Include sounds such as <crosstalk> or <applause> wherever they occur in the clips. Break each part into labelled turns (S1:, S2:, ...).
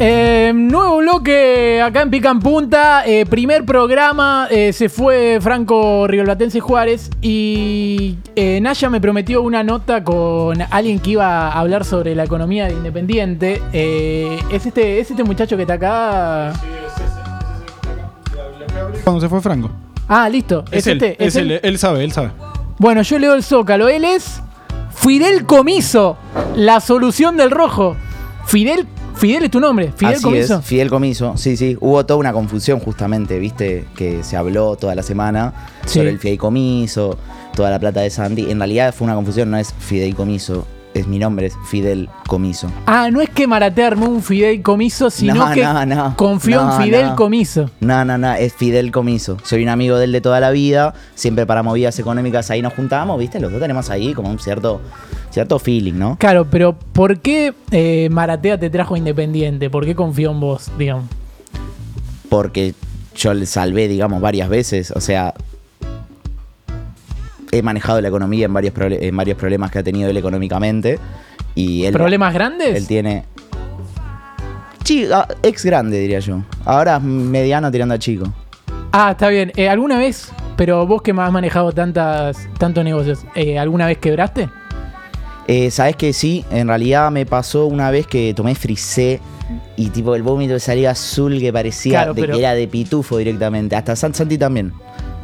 S1: Eh, nuevo bloque acá en Pica en Punta. eh, primer programa. eh, se fue Franco Riolbatense Juárez. Y eh, Naya me prometió una nota con alguien que iba a hablar sobre la economía de Independiente. Eh, es, este, es este muchacho que está acá.
S2: Cuando se fue Franco.
S1: Ah, listo. Es,
S2: él,
S1: este.
S2: es él, eh. él sabe, él sabe.
S1: Bueno, yo leo el Zócalo. Él es Fidel Comiso, la solución del rojo. Fidel, Fidel es tu nombre. Fidel
S3: Así
S1: Comiso.
S3: es, Fidel Comiso. Sí, sí. Hubo toda una confusión justamente, viste, que se habló toda la semana
S1: Sí.
S3: sobre el fideicomiso, toda la plata de Sandy. En realidad fue una confusión, no es fideicomiso, es mi nombre, es Fidel Comiso.
S1: Ah, no es que Maratea armó un Fidel Comiso, sino
S3: No,
S1: que
S3: no, no.
S1: confió
S3: No,
S1: en Fidel
S3: no.
S1: Comiso.
S3: No, no, no, es Fidel Comiso. Soy un amigo de él de toda la vida, siempre para movidas económicas ahí nos juntamos, viste, los dos tenemos ahí como un cierto, cierto feeling, ¿no?
S1: Claro, pero ¿por qué eh, Maratea te trajo a Independiente? ¿Por qué confió en vos, digamos?
S3: porque yo le salvé, digamos, varias veces. O sea, he manejado la economía en varios, prole- en varios problemas que ha tenido él económicamente. Y él,
S1: ¿Problemas grandes?
S3: él tiene. Sí, ah, ex grande, diría yo. Ahora es mediano tirando a chico.
S1: Ah, está bien. Eh, ¿Alguna vez, pero vos que has manejado tantas, tantos negocios, eh, ¿alguna vez quebraste?
S3: Eh, Sabes que sí, en realidad me pasó una vez que tomé frisé y tipo el vómito salía azul que parecía
S1: Claro,
S3: de
S1: pero-
S3: que era de pitufo directamente. Hasta San- Santi también.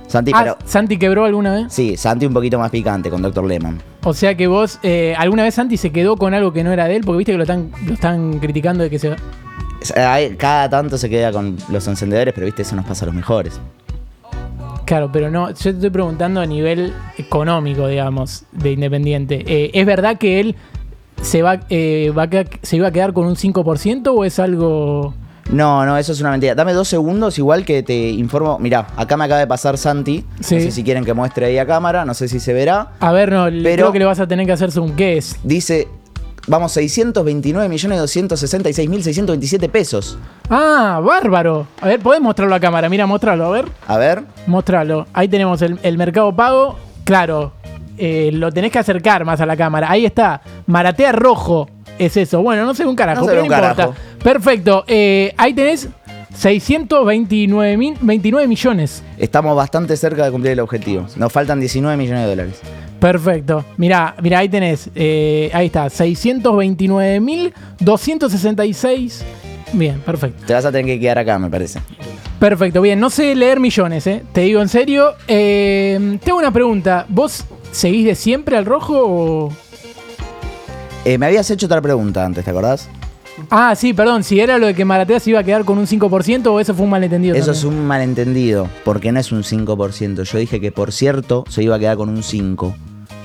S3: Santi,
S1: ah,
S3: pero.
S1: ¿Santi quebró alguna vez?
S3: Sí, Santi un poquito más picante con Dr. Lehman.
S1: O sea que vos, eh, ¿alguna vez Santi se quedó con algo que no era de él? Porque viste que lo están, lo están criticando de que se...
S3: Hay- Cada tanto se queda con los encendedores, pero viste, eso nos pasa a los mejores.
S1: Claro, pero no, yo te estoy preguntando a nivel económico, digamos, de Independiente. Eh, ¿Es verdad que él se, va, eh, va a quedar- se iba a quedar con un 5% o es algo...
S3: No, no, eso es una mentira. Dame dos segundos, igual que te informo. Mirá, acá me acaba de pasar Santi.
S1: Sí.
S3: No sé si quieren que muestre ahí a cámara, no sé si se verá.
S1: A ver, no, le-
S3: Pero-
S1: creo que le vas a tener que hacer zoom. ¿Qué es?
S3: Dice, vamos, 629.266.627 pesos.
S1: Ah, bárbaro. A ver, podés mostrarlo a cámara. Mira, mostralo, a ver.
S3: A ver.
S1: Mostralo. Ahí tenemos el, el mercado pago. Claro, eh, lo tenés que acercar más a la cámara. Ahí está. Maratea rojo. Es eso. Bueno, no sé un carajo,
S3: No se
S1: pero
S3: ve
S1: no
S3: un
S1: importa.
S3: carajo.
S1: Perfecto. Eh, ahí tenés 629 mil- 29 millones.
S3: Estamos bastante cerca de cumplir el objetivo. Nos faltan 19 millones de dólares.
S1: Perfecto. Mirá, mirá, ahí tenés. eh, ahí está. 629 mil 266. Bien, perfecto.
S3: Te vas a tener que quedar acá, me parece.
S1: Perfecto, bien. No sé leer millones, ¿eh? Te digo en serio. Eh, tengo una pregunta. ¿Vos seguís de siempre al rojo o.?
S3: Eh, me habías hecho otra pregunta antes, ¿te acordás?
S1: Ah, sí, perdón. Si era lo de que Maratea se iba a quedar con un 5% o eso fue un malentendido.
S3: Eso
S1: también?
S3: es un malentendido, porque no es un 5%. Yo dije que, por cierto, se iba a quedar con un 5%.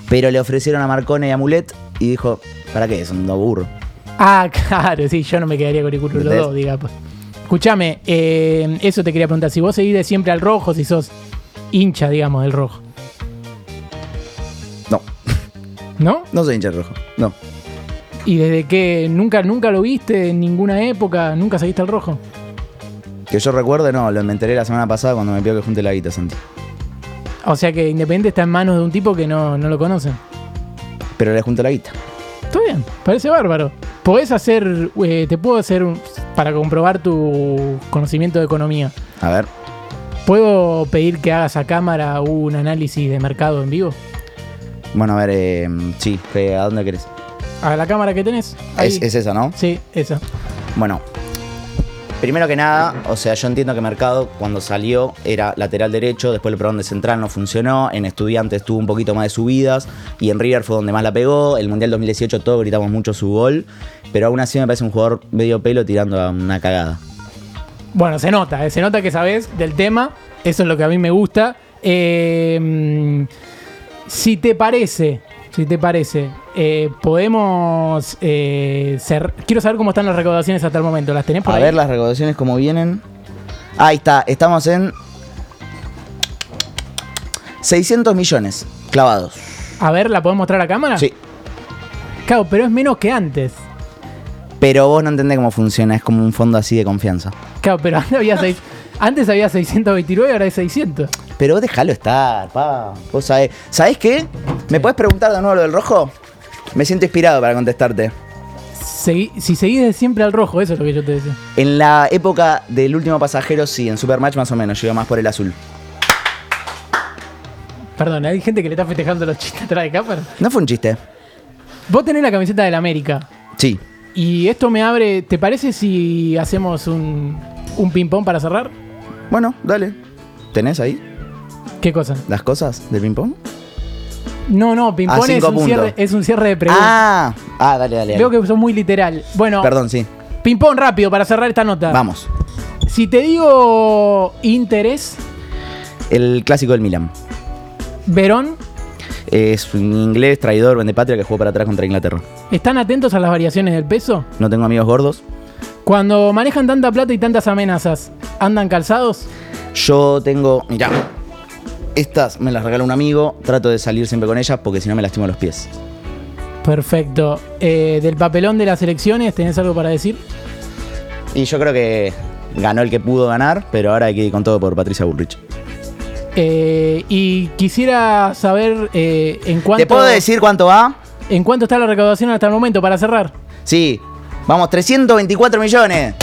S3: Pero le ofrecieron a Marcone y a Mulet y dijo, ¿para qué? Es un burro.
S1: Ah, claro, sí. Yo no me quedaría con ninguno de los
S3: ¿Entendés?
S1: dos, digamos. Escuchame, eh, eso te quería preguntar. Si vos seguís de siempre al rojo, si sos hincha, digamos, del rojo.
S3: No,
S1: ¿No?
S3: no soy hincha del rojo. No.
S1: ¿Y desde que nunca, nunca lo viste en ninguna época? ¿Nunca seguiste al rojo?
S3: Que yo recuerde, no, lo me enteré la semana pasada cuando me pidió que junte la guita, Santi.
S1: O sea que Independiente está en manos de un tipo que no, no lo conocen.
S3: Pero le junté la guita.
S1: Está bien, parece bárbaro. Podés hacer, eh, te puedo hacer, un- para comprobar tu conocimiento de economía,
S3: A ver.
S1: ¿puedo pedir que hagas a cámara un análisis de mercado en vivo?
S3: Bueno, a ver, eh, sí, ¿qué- ¿a dónde querés?
S1: A la cámara que tenés. ahí.
S3: Es, es esa, ¿no?
S1: Sí, esa.
S3: Bueno, primero que nada, o sea, yo entiendo que Mercado cuando salió era lateral derecho, después el programa de central no funcionó, en Estudiantes tuvo un poquito más de subidas y en River fue donde más la pegó, el Mundial 2018 todos gritamos mucho su gol, pero aún así me parece un jugador medio pelo tirando a una cagada.
S1: Bueno, se nota, eh, se nota que sabés del tema. Eso es lo que a mí me gusta. Eh, mm, si te parece, si te parece, eh, podemos. eh, cer- Quiero saber cómo están las recaudaciones hasta el momento. ¿Las tenés por
S3: A
S1: ahí?
S3: ver las recaudaciones como vienen. Ahí está, estamos en 600 millones clavados.
S1: A ver, ¿la podés mostrar a cámara?
S3: Sí.
S1: Claro, pero es menos que antes.
S3: Pero vos no entendés cómo funciona, es como un fondo así de confianza.
S1: Claro, pero <laughs> antes había, seis- antes había 629 ahora hay 600.
S3: Pero déjalo estar, pa. Vos sabés. ¿Sabés qué? ¿Me podés preguntar de nuevo lo del rojo? Me siento inspirado para contestarte.
S1: Seguí- si seguís de siempre al rojo, eso es lo que yo te decía.
S3: En la época del último pasajero, sí, en Supermatch más o menos, yo iba más por el azul.
S1: Perdón, hay gente que le está festejando los chistes atrás de cámara.
S3: No fue un chiste.
S1: Vos tenés la camiseta del América.
S3: Sí.
S1: Y esto me abre. ¿Te parece si hacemos un, un ping-pong para cerrar?
S3: Bueno, dale. ¿Tenés ahí
S1: ¿Qué cosa?
S3: las cosas del ping-pong?
S1: No, no,
S3: A
S1: ping-pong es,
S3: cinco
S1: un
S3: puntos.
S1: cierre- es un cierre de preguntas.
S3: Ah, ah, dale, dale. dale.
S1: Veo que son muy literal. Bueno,
S3: Perdón, sí.
S1: ping-pong rápido para cerrar esta nota.
S3: Vamos.
S1: Si te digo interés,
S3: El clásico del Milan.
S1: Verón,
S3: Es un inglés traidor, vende patria, que jugó para atrás contra Inglaterra.
S1: ¿están atentos a las variaciones del peso?
S3: No tengo amigos gordos.
S1: Cuando manejan tanta plata y tantas amenazas, ¿andan calzados?
S3: Yo tengo. Mirá. Estas me las regala un amigo. Trato de salir siempre con ellas porque si no me lastimo los pies.
S1: Perfecto. Eh, ¿Del papelón de las elecciones tenés algo para decir?
S3: Y yo creo que ganó el que pudo ganar, pero ahora hay que ir con todo por Patricia Bullrich.
S1: Eh, y quisiera saber eh, en, cuánto,
S3: ¿Te puedo decir cuánto va?
S1: en cuánto está la recaudación hasta el momento para cerrar.
S3: Sí. Vamos, 324 millones.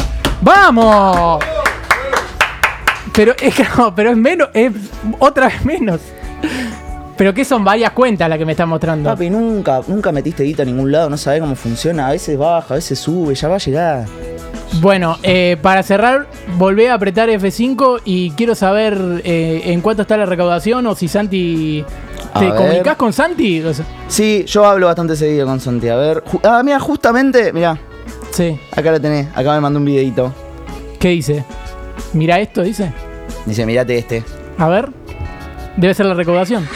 S1: ¡Vamos! Pero es que no, pero es menos, es otra vez menos. Pero que son varias cuentas las que me están mostrando.
S3: Papi, nunca, nunca metiste guita a ningún lado, no sabés cómo funciona. A veces baja, a veces sube, ya va a llegar.
S1: Bueno, eh, para cerrar, volvé a apretar F5 y quiero saber eh, en cuánto está la recaudación o si Santi.
S3: A
S1: ¿Te
S3: ver.
S1: comunicás con Santi? O sea,
S3: Sí, yo hablo bastante seguido con Santi. A ver. ju- ah, mira, justamente, mira,
S1: sí.
S3: acá lo tenés. Acá me mandó un videito.
S1: ¿Qué dice? Mira esto, dice.
S3: Dice, mirate este.
S1: A ver. Debe ser la recaudación.
S4: No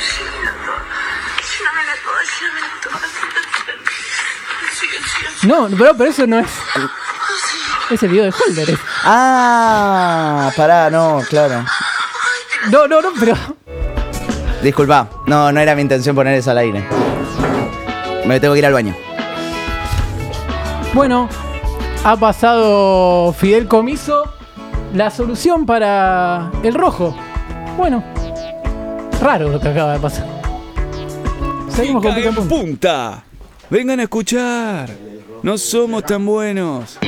S4: me la puedo decir, no me la puedo decir.
S1: No, pero, pero eso no es. Es el video de Holder.
S3: Ah, pará, no, claro.
S1: No, no, no, pero.
S3: Disculpa, no, no era mi intención poner eso al aire. Me tengo que ir al baño.
S1: Bueno, ha pasado Fidel Comiso la solución para el rojo. Bueno, raro lo que acaba de pasar. Seguimos con Pica
S5: Pica
S1: en
S5: en
S1: Punta.
S5: punta. Vengan a escuchar. No somos tan buenos.